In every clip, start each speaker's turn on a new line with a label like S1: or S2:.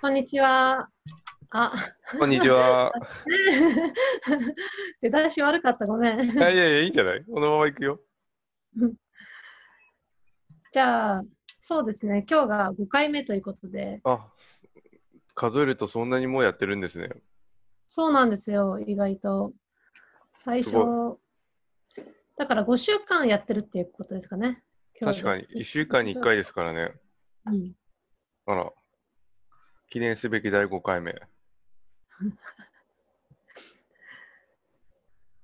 S1: こんにちは。あ、
S2: こんにち は。
S1: 出だし悪かった、ごめん。
S2: いやいやいや、いいんじゃないこのまま行くよ。
S1: じゃあ、そうですね、今日が5回目ということで、
S2: あ、す数えるとそんなにもうやってるんですね。
S1: そうなんですよ、意外と。最
S2: す
S1: 初、だから5週間やってるっていうことですかね。今日
S2: 確
S1: で
S2: かに、1週間に1回ですからね。
S1: うん、
S2: あら、記念すべき第5回目。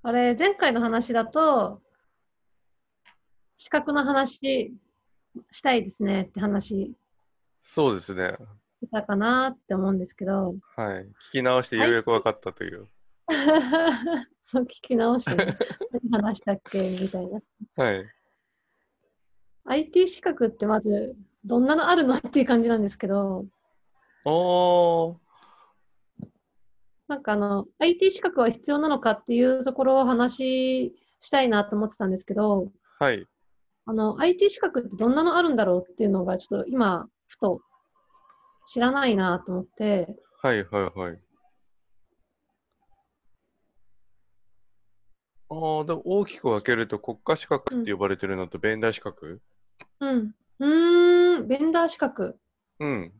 S1: あれ、前回の話だと、資格の話したいですねって話
S2: そうですね。
S1: したかなって思うんですけど、
S2: はい。聞き直してようやく分かったという。
S1: そう聞き直してね、何話したっけみたいな。
S2: はい。
S1: IT 資格ってまず、どんなのあるのっていう感じなんですけど、
S2: おー。
S1: なんかあの、IT 資格は必要なのかっていうところを話したいなと思ってたんですけど、
S2: はい。
S1: あの、IT 資格ってどんなのあるんだろうっていうのが、ちょっと今、ふと知らないなと思って、
S2: はいはいはい。あー、でも大きく分けると国家資格って呼ばれてるのと弁大資格
S1: うん。うーん、ベンダー資格。
S2: うん。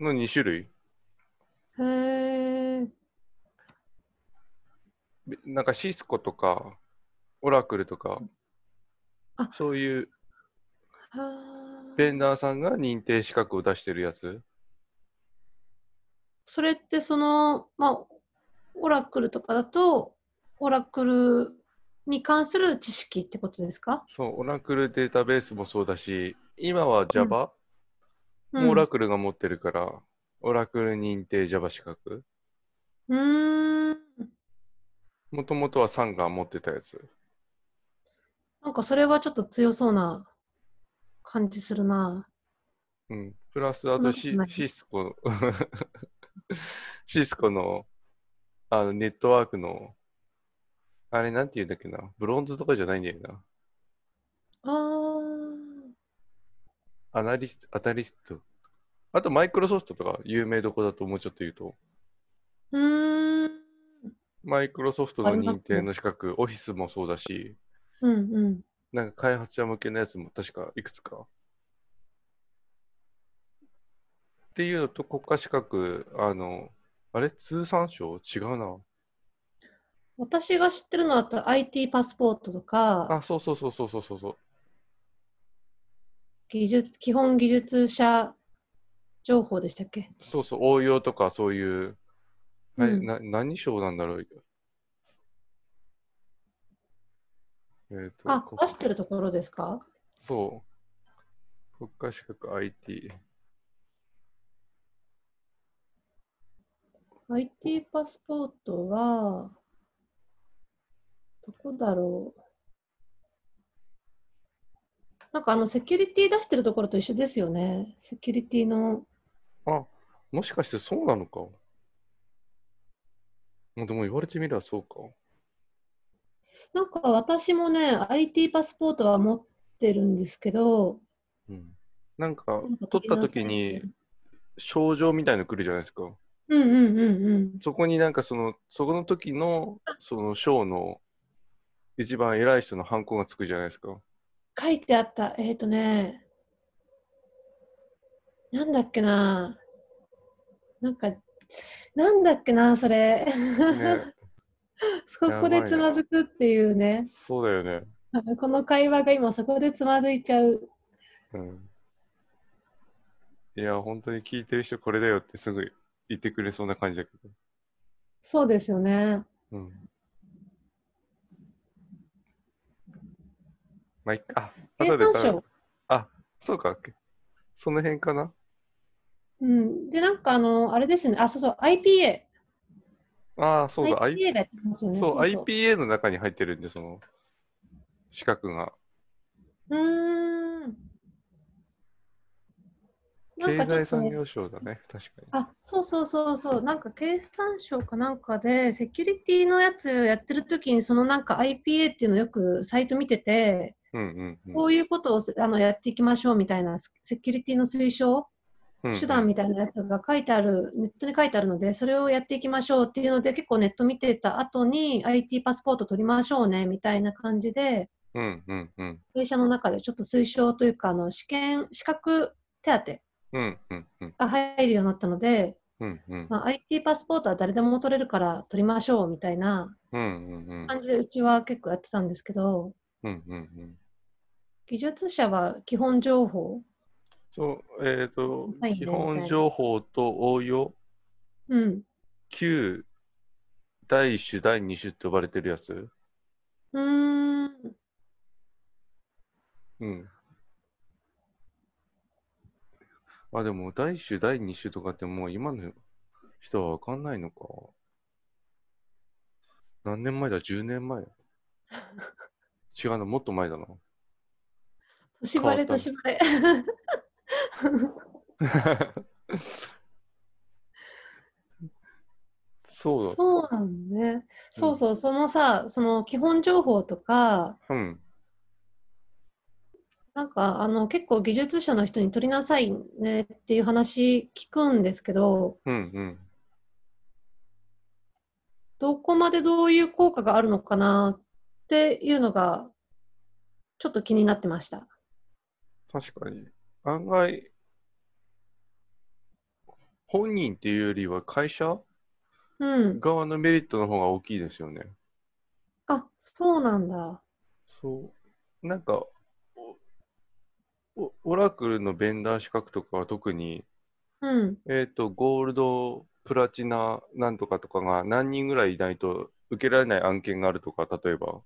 S2: の2種類。
S1: へー。
S2: べなんかシスコとか、オラクルとか
S1: あ、
S2: そういう
S1: はー
S2: ベンダーさんが認定資格を出してるやつ。
S1: それってその、まあ、オラクルとかだと、オラクルに関する知識ってことですか、
S2: そう、オラクルデータベースもそうだし、今は Java、
S1: う
S2: も
S1: ん、
S2: オラクルが持ってるから、オラクル認定 Java 資格。
S1: うーん。
S2: もともとはサンが持ってたやつ。
S1: なんかそれはちょっと強そうな感じするな。
S2: うん。プラス、
S1: そ
S2: あ
S1: んな
S2: と
S1: こと
S2: シ
S1: ない
S2: シスコ、 シスコの、あの、ネットワークの、あれなんて言うんだっけな、ブロンズとかじゃないんだよな。
S1: あー
S2: アナリスト、アナリスト。あと、マイクロソフトとか有名どこだともうちょっと言うと、
S1: うーん。
S2: マイクロソフトの
S1: あります
S2: 認
S1: ね
S2: 定の資格、オフィスもそうだし、
S1: うんうん。
S2: なんか開発者向けのやつも確かいくつか。っていうのと、国家資格、あの、あれ通産省違うな。
S1: 私が知ってるのだと IT パスポートとか、
S2: あ、そうそうそうそうそうそうそう。
S1: 技術、基本技術者情報でしたっけ
S2: そうそう、応用とかそういう、な
S1: うん
S2: な何省なんだろう。えっ、と、
S1: あ、
S2: 国
S1: 出してるところですか
S2: そう。国家資格 IT。
S1: ?IT パスポートは、どこだろうなんかあのセキュリティ出してるところと一緒ですよね。セキュリティの
S2: あ、もしかしてそうなのか。まあでも言われてみればそうか。
S1: なんか私もね、IT パスポートは持ってるんですけど、
S2: うん。なんか
S1: なんか、
S2: 取った時に、症状みたいの来るじゃないですか。
S1: うんうんうんうん。
S2: そこになんかその、そこの時の、その省の、一番偉い人のハンコがつくじゃないですか。
S1: 書いてあった。えっ、とね、なんだっけな。なんか、なんだっけな、それ。
S2: ね、
S1: そこでつまずくっていうね。
S2: そうだよね。
S1: 多分この会話が今そこでつまずいちゃう。
S2: うんいや、本当に聞いてる人これだよってすぐ言ってくれそうな感じだけど。
S1: そうですよね。
S2: うん。まあ、いっか。あ、
S1: 経
S2: 後で
S1: 産
S2: 食べ
S1: 省
S2: る。。そうか。その辺かな。
S1: うん。で、なんかあの、あれですよね。あ、そうそう、IPA。
S2: ああ、そうだ。I-
S1: IPA がやってますよね。
S2: そう、
S1: そう
S2: IPA の中に入ってるんで、その、資格が。
S1: うーん。なん
S2: 経
S1: かちょ
S2: 済
S1: っと
S2: 産
S1: ね、
S2: 業省だね、確かに。
S1: あ、そうそうそうそう、なんか経産省かなんかで、セキュリティのやつやってる時に、そのなんか IPA っていうのよくサイト見てて、
S2: うんうん、うん
S1: こういうことをあのやっていきましょうみたいな、セセキュリティの推奨
S2: うん
S1: 手段みたいなやつが書いてある、ネットに書いてあるので、それをやっていきましょうっていうので、結構ネット見てた後に IT パスポート取りましょうねみたいな感じで、
S2: うんうんうん
S1: 会社の中でちょっと推奨というか、あの試験、資格手当
S2: うんうんうん
S1: が入るようになったので、
S2: うんうん
S1: まあ、IT パスポートは誰でも取れるから取りましょうみたいな
S2: うんうんうん
S1: 感じで、うちは結構やってたんですけど、
S2: うんうんうん
S1: 技術者は基本情報、
S2: そうえっ、と
S1: はい
S2: 基本情報と応用
S1: うん、
S2: 旧第1種第2種って呼ばれてるやつ
S1: うーん、
S2: うんあでも第1種第2種とかってもう今の人は分かんないのか何年前だ10年前違うなもっと前だな
S1: 年バレ
S2: 変わった
S1: 年バレ。
S2: そうだ。
S1: そうなのね。そうそう、そのさ、その基本情報とか、
S2: うん。
S1: なんかあの結構技術者の人に取りなさいねっていう話聞くんですけど、
S2: うんうん。
S1: どこまでどういう効果があるのかなっていうのが、ちょっと気になってました。
S2: 確かに。案外、本人っていうよりは会社
S1: うん。
S2: 側のメリットの方が大きいですよね。
S1: あ、そうなんだ。
S2: そう。なんか、おおオラクルのベンダー資格とかは特に、
S1: うん。
S2: えっ、と、ゴールド、プラチナなんとかとかが何人ぐらいいないと受けられない案件があるとか、例えば。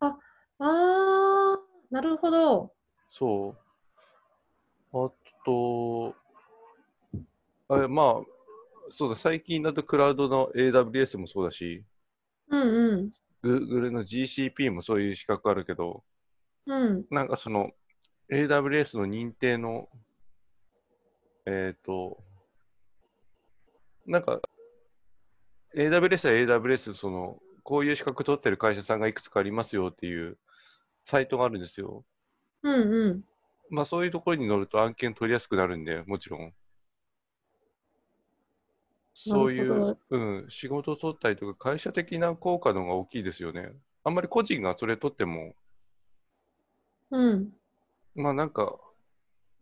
S1: あー、なるほど。
S2: そう。あと、あれ、まあ、そうだ、最近だとクラウドの AWS もそうだし、
S1: うんうん。
S2: Google の GCP もそういう資格あるけど、
S1: うん。
S2: なんかその AWS の認定の、えっ、と、なんか AWS は AWS、その、こういう資格取ってる会社さんがいくつかありますよっていうサイトがあるんですよ。
S1: うんうん。
S2: まあそういうところに乗ると案件取りやすくなるんで、もちろん。そうい
S1: なる
S2: う、うん、仕事取ったりとか、会社的な効果の方が大きいですよね。あんまり個人がそれ取っても、
S1: うん。
S2: まあなんか、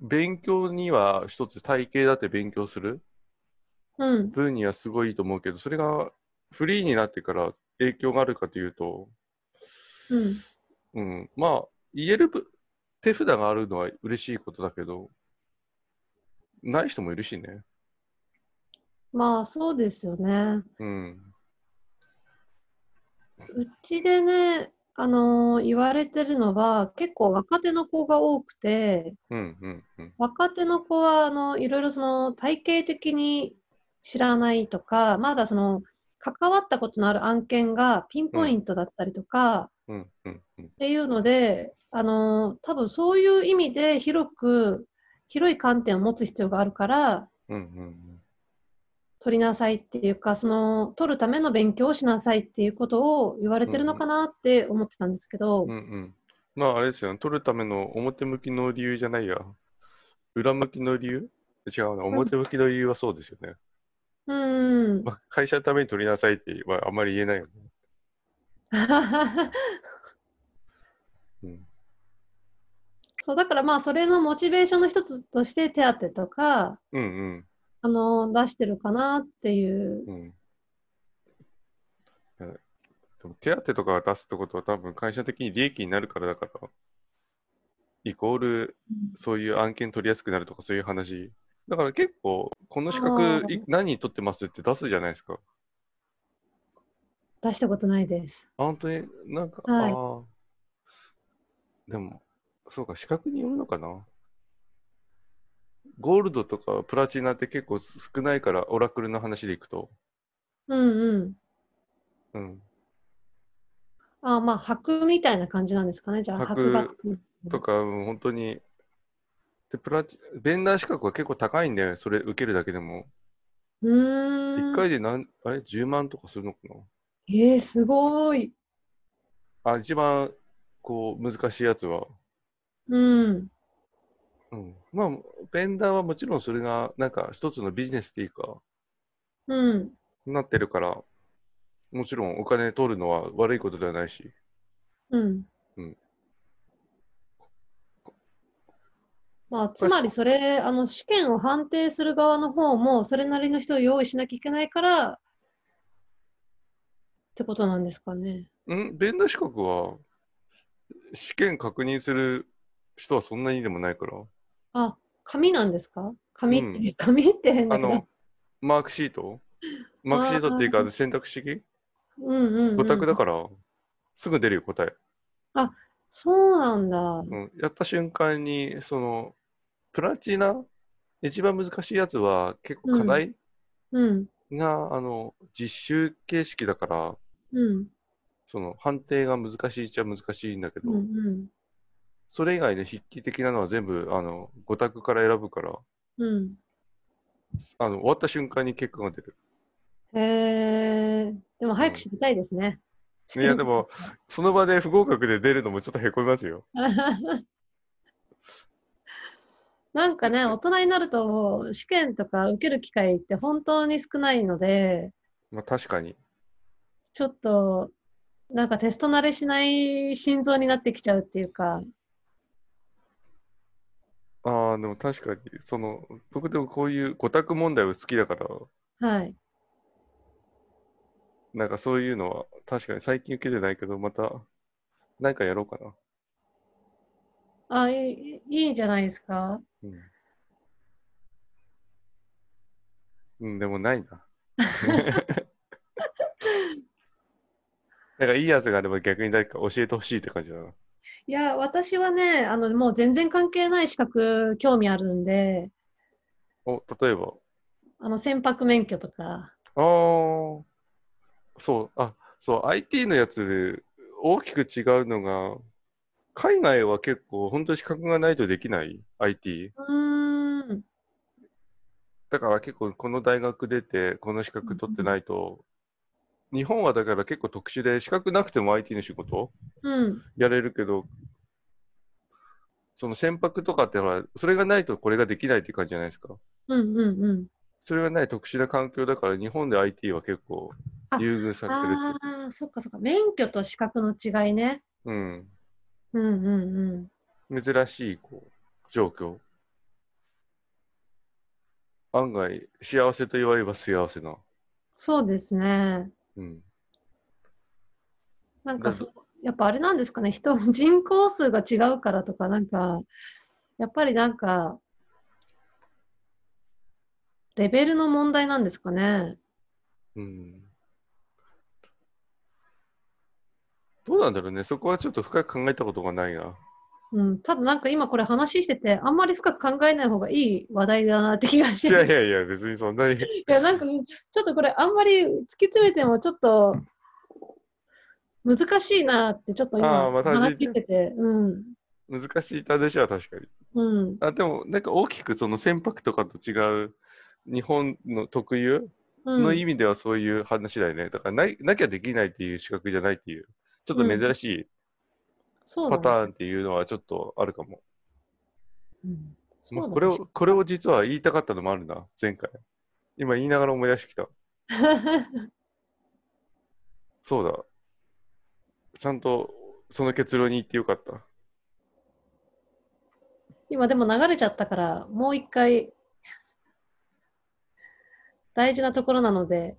S2: 勉強には一つ体系だって勉強する
S1: うん。
S2: 分にはすごいいいと思うけど、それがフリーになってから影響があるかというと、
S1: うん。
S2: うん、まあ、言えるぶ手札があるのは嬉しいことだけど、ない人もいるしね。
S1: まあ、そうですよね。
S2: うん。
S1: うちでね、あのー言われてるのは、結構若手の子が多くて、
S2: うんうんうん
S1: 若手の子は、あの、いろいろその体系的に知らないとか、まだその、関わったことのある案件がピンポイントだったりとか、
S2: うんうんうん
S1: っていうので、あのー多分そういう意味で広く、広い観点を持つ必要があるから、
S2: うんうん
S1: 取りなさいっていうか、その、取るための勉強をしなさいっていうことを言われてるのかなって思ってたんですけど、
S2: うんうんまああれですよね、取るための表向きの理由じゃないや、裏向きの理由違うな、表向きの理由はそうですよね。
S1: うん。
S2: まあ、会社のために取りなさいってはあんまり言えないよね。うん
S1: そうだからまあそれのモチベーションの一つとして手当とか、
S2: うん
S1: あの出してるかなっていう
S2: うん。うんいやでも手当とか出すってことは多分会社的に利益になるからだから、イコールそういう案件取りやすくなるとかそういう話。だから結構、この資
S1: あ
S2: 格
S1: ー
S2: い何取ってますって出すじゃないですか。
S1: 出したことないです。
S2: あ本当になんか、
S1: はい
S2: ああ。でも、そうか、資格によるのかな。ゴールドとかプラチナって結構少ないから、オラクルの話でいくと。
S1: うんうん。
S2: うん。
S1: あまあ箔みたいな感じなんですかね。じゃあ箔
S2: 箔
S1: がつく。
S2: とか、うん本当に。で、プラチ、ベンダー資格は結構高いんだよね。それ受けるだけでも。
S1: うー
S2: 一
S1: ん。
S2: 回でなん、あれ ?10 万とかするのかな
S1: えー、すごい。
S2: あ、一番、こう、難しいやつは。
S1: うん。
S2: うん、まあ、ベンダーはもちろんそれが、なんか一つのビジネスっていうか、
S1: うん。
S2: なってるから、もちろんお金取るのは悪いことではないし、
S1: うん。
S2: うん
S1: まあ、つまりそれ、あの、試験を判定する側の方も、それなりの人を用意しなきゃいけないから、ってことなんですかね。
S2: んベンダー資格は、試験確認する人はそんなにでもないから、
S1: あ、紙なんですか紙って、
S2: う
S1: 紙って変だ
S2: あ
S1: けど
S2: の。、マークシートマークシートっていうか、選択式
S1: うんうん、う
S2: 五択だ
S1: ん。
S2: から、すぐ出るよ、答え。
S1: そうなんだ。
S2: うん、やった瞬間に、その、プラチナ、一番難しいやつは、結構課題
S1: うん。
S2: が、あの、実習形式だから、
S1: うん。
S2: その、判定が難しいっちゃ難しいんだけど、
S1: うんうん。
S2: それ以外で筆記的なのは全部、あの、五択から選ぶから、
S1: うん。
S2: あの、終わった瞬間に結果が出る。
S1: へえ。でも早く知りたいですね。
S2: いや、でも、その場で不合格で出るのもちょっとへこみますよ。
S1: なんかね、大人になるともう試験とか受ける機会って本当に少ないので、
S2: まあ、確かに。
S1: ちょっと、なんかテスト慣れしない心臓になってきちゃうっていうか、
S2: ああ、でも確かに、その、僕でもこういう五択問題を好きだから、
S1: はい。
S2: なんかそういうのは、確かに最近受けてないけど、また、なんかやろうかな。
S1: あ、いいいいんじゃないですか。
S2: うん、うん、でもないな。 なんかいいやつがあれば逆に誰か教えてほしいって感じだな。
S1: いや、私はね、あの、もう全然関係ない資格興味あるんで、
S2: お、例えば、
S1: あの、船舶免許とか、
S2: あー、そう、あ、そう、IT のやつ、大きく違うのが、海外は結構、本当に資格がないとできない IT。
S1: うーん、
S2: だから結構、この大学出て、この資格取ってないと、日本はだから結構特殊で、資格なくても IT の仕事
S1: うん、
S2: やれるけど、その船舶とかってのは、それがないとこれができないって感じじゃないですか。
S1: うん、うん、うん。
S2: それがない特殊な環境だから、日本で IT は結構優遇されてる
S1: あ
S2: って。
S1: あー、そっかそっか。免許と資格の違いね。
S2: うん。
S1: うんうんうん。
S2: 珍しいこう状況。案外、幸せと言われば幸せな。
S1: そうですね。
S2: うん。
S1: なんかそう、やっぱあれなんですかね。人、 人口数が違うからとか、なんか、やっぱりなんか、レベルの問題なんですかね。
S2: うん。どうなんだろうね。そこはちょっと深く考えたことがないな。
S1: うん、ただなんか今これ話してて、あんまり深く考えない方がいい話題だなって気がし
S2: い
S1: て。
S2: やいやいや、別にそんなに。
S1: いや、なんか、ちょっとこれ、あんまり突き詰めても、ちょっと、難しいなって、ちょっと
S2: あー
S1: 今、
S2: まあ単純
S1: 話
S2: に
S1: 聞いてて、うん、
S2: 難しい話は確かに。
S1: うん、
S2: あ、でも、なんか大きくその船舶とかと違う、日本の特有
S1: うん。
S2: の意味ではそういう話だよね。だからない、なきゃできないっていう資格じゃないっていう、ちょっと珍しい
S1: そう
S2: パタ
S1: だね
S2: ーンっていうのはちょっとあるかも。
S1: うん
S2: まあ、
S1: そう
S2: これを、これを実は言いたかったのもあるな、前回。今言いながら思い出してきた。
S1: だね
S2: そうだ。ちゃんとその結論に言ってよかった。
S1: 今、でも流れちゃったから、もう一回、大事なところなので、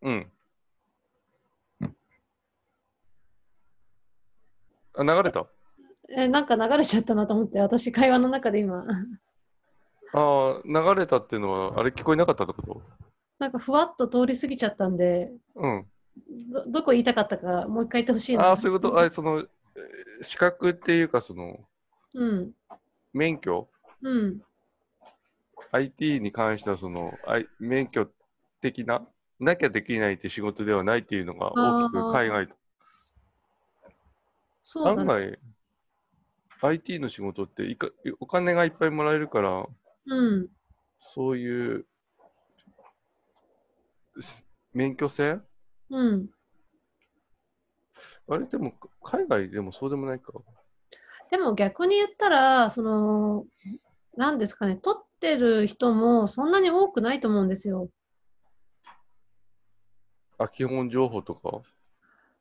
S2: うん。あ、流れた。あ
S1: え、なんか流れちゃったなと思って、私、会話の中で今、
S2: あ、流れたっていうのは、あれ聞こえなかったってこと
S1: なんかふわっと通り過ぎちゃったんで、
S2: うん。
S1: ど、どこ言いたかったか、もう一回言ってほしいな。
S2: ああ、そういうこと。あその、えー資格っていうか、その、
S1: うん、
S2: 免許
S1: うん、
S2: IT に関してはその、あい免許的な、なきゃできないって仕事ではないっていうのが大きく海外と。
S1: そうだ
S2: 案
S1: ね。
S2: 外、IT の仕事っていかお金がいっぱいもらえるから、
S1: うん、
S2: そういうし免許制
S1: うん。
S2: あれでも、海外でもそうでもないか。
S1: でも逆に言ったら、その、なんですかね、取ってる人もそんなに多くないと思うんですよ。
S2: あ、基本情報とか。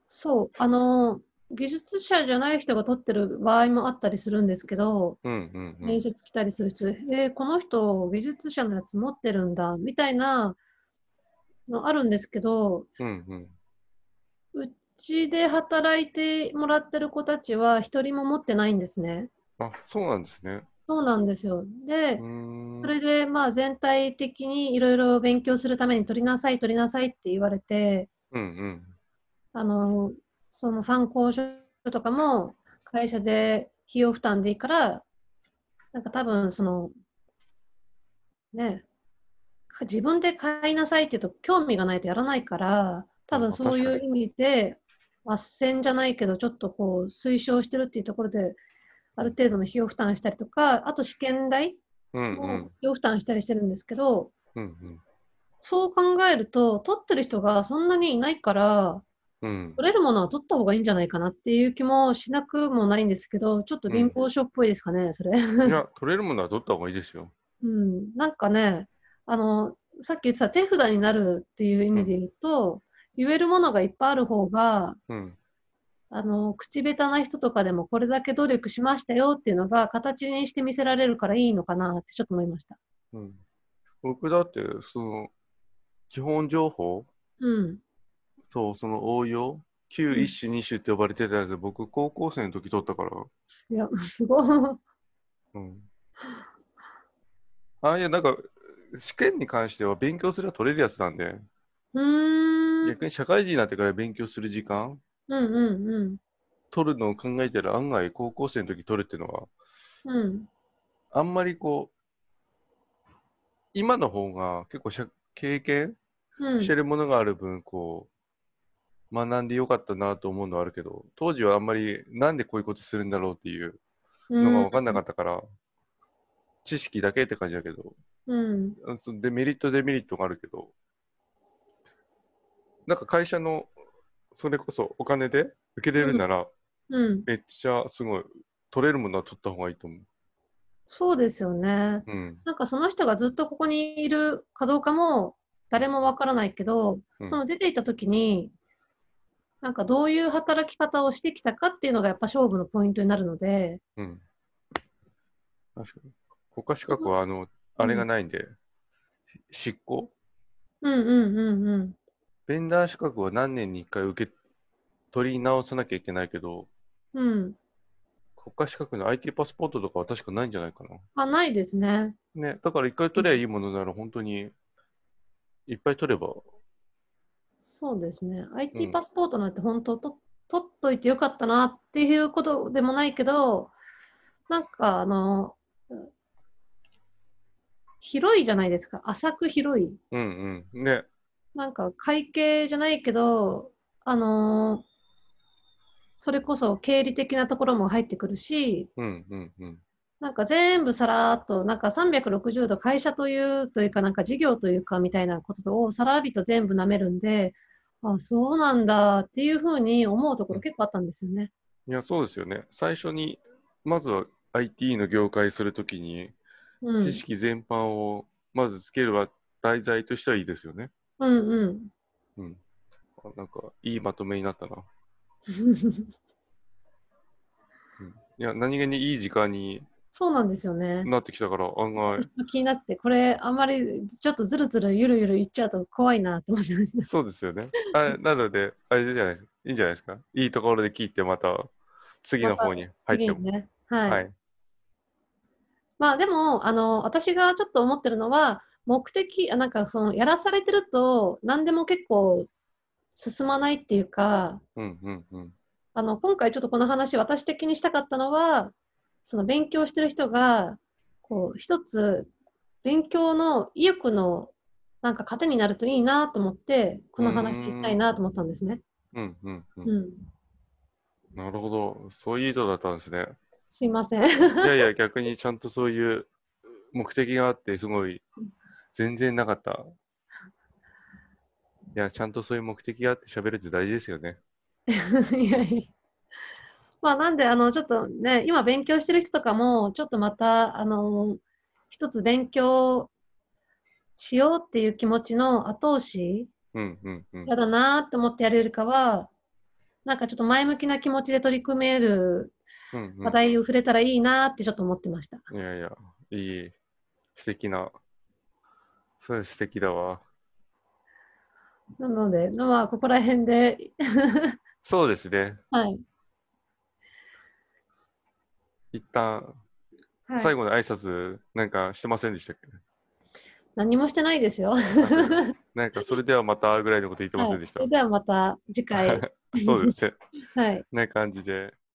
S1: そう、あの、技術者じゃない人が取ってる場合もあったりするんですけど、
S2: うんうんうん。
S1: 面接来たりする人で、えーこの人、技術者のやつ持ってるんだ、みたいなのあるんですけど、
S2: うんうん。
S1: うちで働いてもらってる子たちは一人も持ってないんですね。
S2: あ、そうなんですね。
S1: そうなんですよ。
S2: う
S1: で、
S2: ーん。
S1: それでまあ全体的にいろいろ勉強するために取りなさい、取りなさいって言われて、
S2: うんうん。
S1: あの、その参考書とかも会社で費用負担でいいから、なんか多分その、ね、自分で買いなさいって言うと興味がないとやらないから、多
S2: うん
S1: 分そうい
S2: 確
S1: う意味で、斡旋じゃないけど、ちょっとこう推奨してるっていうところで、ある程度の費用負担したりとか、あと試験代
S2: うんう
S1: も費
S2: ん。
S1: 用負担したりしてるんですけど、
S2: うん
S1: そう考えると、取ってる人がそんなにいないから、
S2: うん。うん。
S1: 取れるものは取った方がいいんじゃないかなっていう気もしなくもないんですけど、ちょっと貧乏症っぽいですかね、それ。
S2: いや、取れるものは取った方がいいですよ。
S1: うん、なんかね、あの、さっき言ってた手札になるっていう意味で言うと、言えるものがいっぱいある方が、
S2: うん。
S1: あの、口下手な人とかでもこれだけ努力しましたよっていうのが形にして見せられるからいいのかなってちょっと思いました。
S2: うん。僕だって、その、基本情報
S1: うん。
S2: とその応用、旧
S1: うん
S2: 1種2種って呼ばれてたやつ、僕高校生の時取ったから。
S1: いや、すごい。
S2: うん。あ、いや、なんか、試験に関しては勉強すれば取れるやつなんで、
S1: うーん。うん
S2: 逆に社会人になってから勉強する時間、
S1: うんうん。
S2: 取るのを考えたら案外高校生の時取るっていうのは、
S1: うん。
S2: あんまりこう、今の方が結構しゃ経験
S1: うん。
S2: してるものがある分、こう、学んでよかったなと思うのはあるけど、当時はあんまりなんでこういうことするんだろうっていうのが分かんなかったから、知識だけって感じだけど、
S1: うん。
S2: あそデメリット、デメリットがあるけど、なんか会社の、それこそお金で受けれるなら、
S1: うん。
S2: めっちゃすごい、取れるものは取った方がいいと思う。
S1: そうですよね。
S2: うん。
S1: なんかその人がずっとここにいるかどうかも誰もわからないけど、
S2: うん
S1: その出ていった時に、なんかどういう働き方をしてきたかっていうのがやっぱ勝負のポイントになるので、
S2: うん。確かに。国家資格は、あの、あれがないんで、執行
S1: うんうんうんうん。
S2: ベンダー資格は何年に一回受け、取り直さなきゃいけないけど、
S1: うん。
S2: 国家資格の IT パスポートとかは確かないんじゃないかな。
S1: あ、ないですね。
S2: ね、だから一回取りゃいいものなら本当に、いっぱい取れば、
S1: そうですね。
S2: う
S1: IT
S2: ん
S1: パスポートなんて本当と、取っといてよかったなっていうことでもないけど、なんかあの、広いじゃないですか。浅く広い。
S2: うんうん。ね。
S1: なんか会計じゃないけど、あのーそれこそ経理的なところも入ってくるし、
S2: うんうんうん。
S1: なんか全部さらーっと、なんか360度会社という、というかなんか事業というかみたいなことをさらりと全部舐めるんで、あ、そうなんだっていうふうに思うところ結構あったんですよね。
S2: いや、そうですよね。最初に、まずは IT の業界するときに、
S1: うん。
S2: 知識全般をまずつければ題材としてはいいですよね。
S1: うんうん。
S2: うん。あなんか、いいまとめになったな。いや、何気にいい時間に
S1: そうなんですよね。
S2: なってきたから、案外。
S1: 気になって、これあんまりちょっとずるずるゆるゆる言っちゃうと怖いなって思ってます。
S2: そうですよね。あなので、あれじゃないいいんじゃないですか。いいところで聞いて、また次の方に入って
S1: 次
S2: も。
S1: にね。はい。
S2: はい。
S1: まあでも、あの、私がちょっと思ってるのは、目的、あなんかその、やらされてると、何でも結構進まないっていうか、
S2: うんうんうん。
S1: あの、今回ちょっとこの話、私的にしたかったのは、その勉強してる人が、こう、一つ、勉強の意欲の、なんか糧になるといいなと思って、この話したいなと思ったんですね。
S2: うんうんうん。
S1: うん。
S2: なるほど。そういう意図だったんですね。
S1: すいません。
S2: いやいや、逆にちゃんとそういう目的があって、すごい、全然なかった。 いや、ちゃんとそういう目的があって喋るって大事ですよね。
S1: いやいや。まあなんで、あの、ちょっとね、今勉強してる人とかも、ちょっとまた、あの、一つ勉強しようっていう気持ちの後押し、
S2: うんうんうん。
S1: 嫌だなーって思ってやるよりかは、なんかちょっと前向きな気持ちで取り組める
S2: うんうん
S1: 話題を触れたらいいなーってちょっと思ってました。
S2: いやいや、いい、素敵な、それ素敵だわ。
S1: なので、まあ、ここら辺で、
S2: そうですね。
S1: はい。
S2: 一旦、
S1: はい、
S2: 最後の挨拶なんかしてませんでしたっけ、
S1: 何もしてないですよ。
S2: なんかそれではまたぐらいのこと言ってませんでした。
S1: はい、それではまた次回。
S2: そうですね。
S1: はい。
S2: な感じで。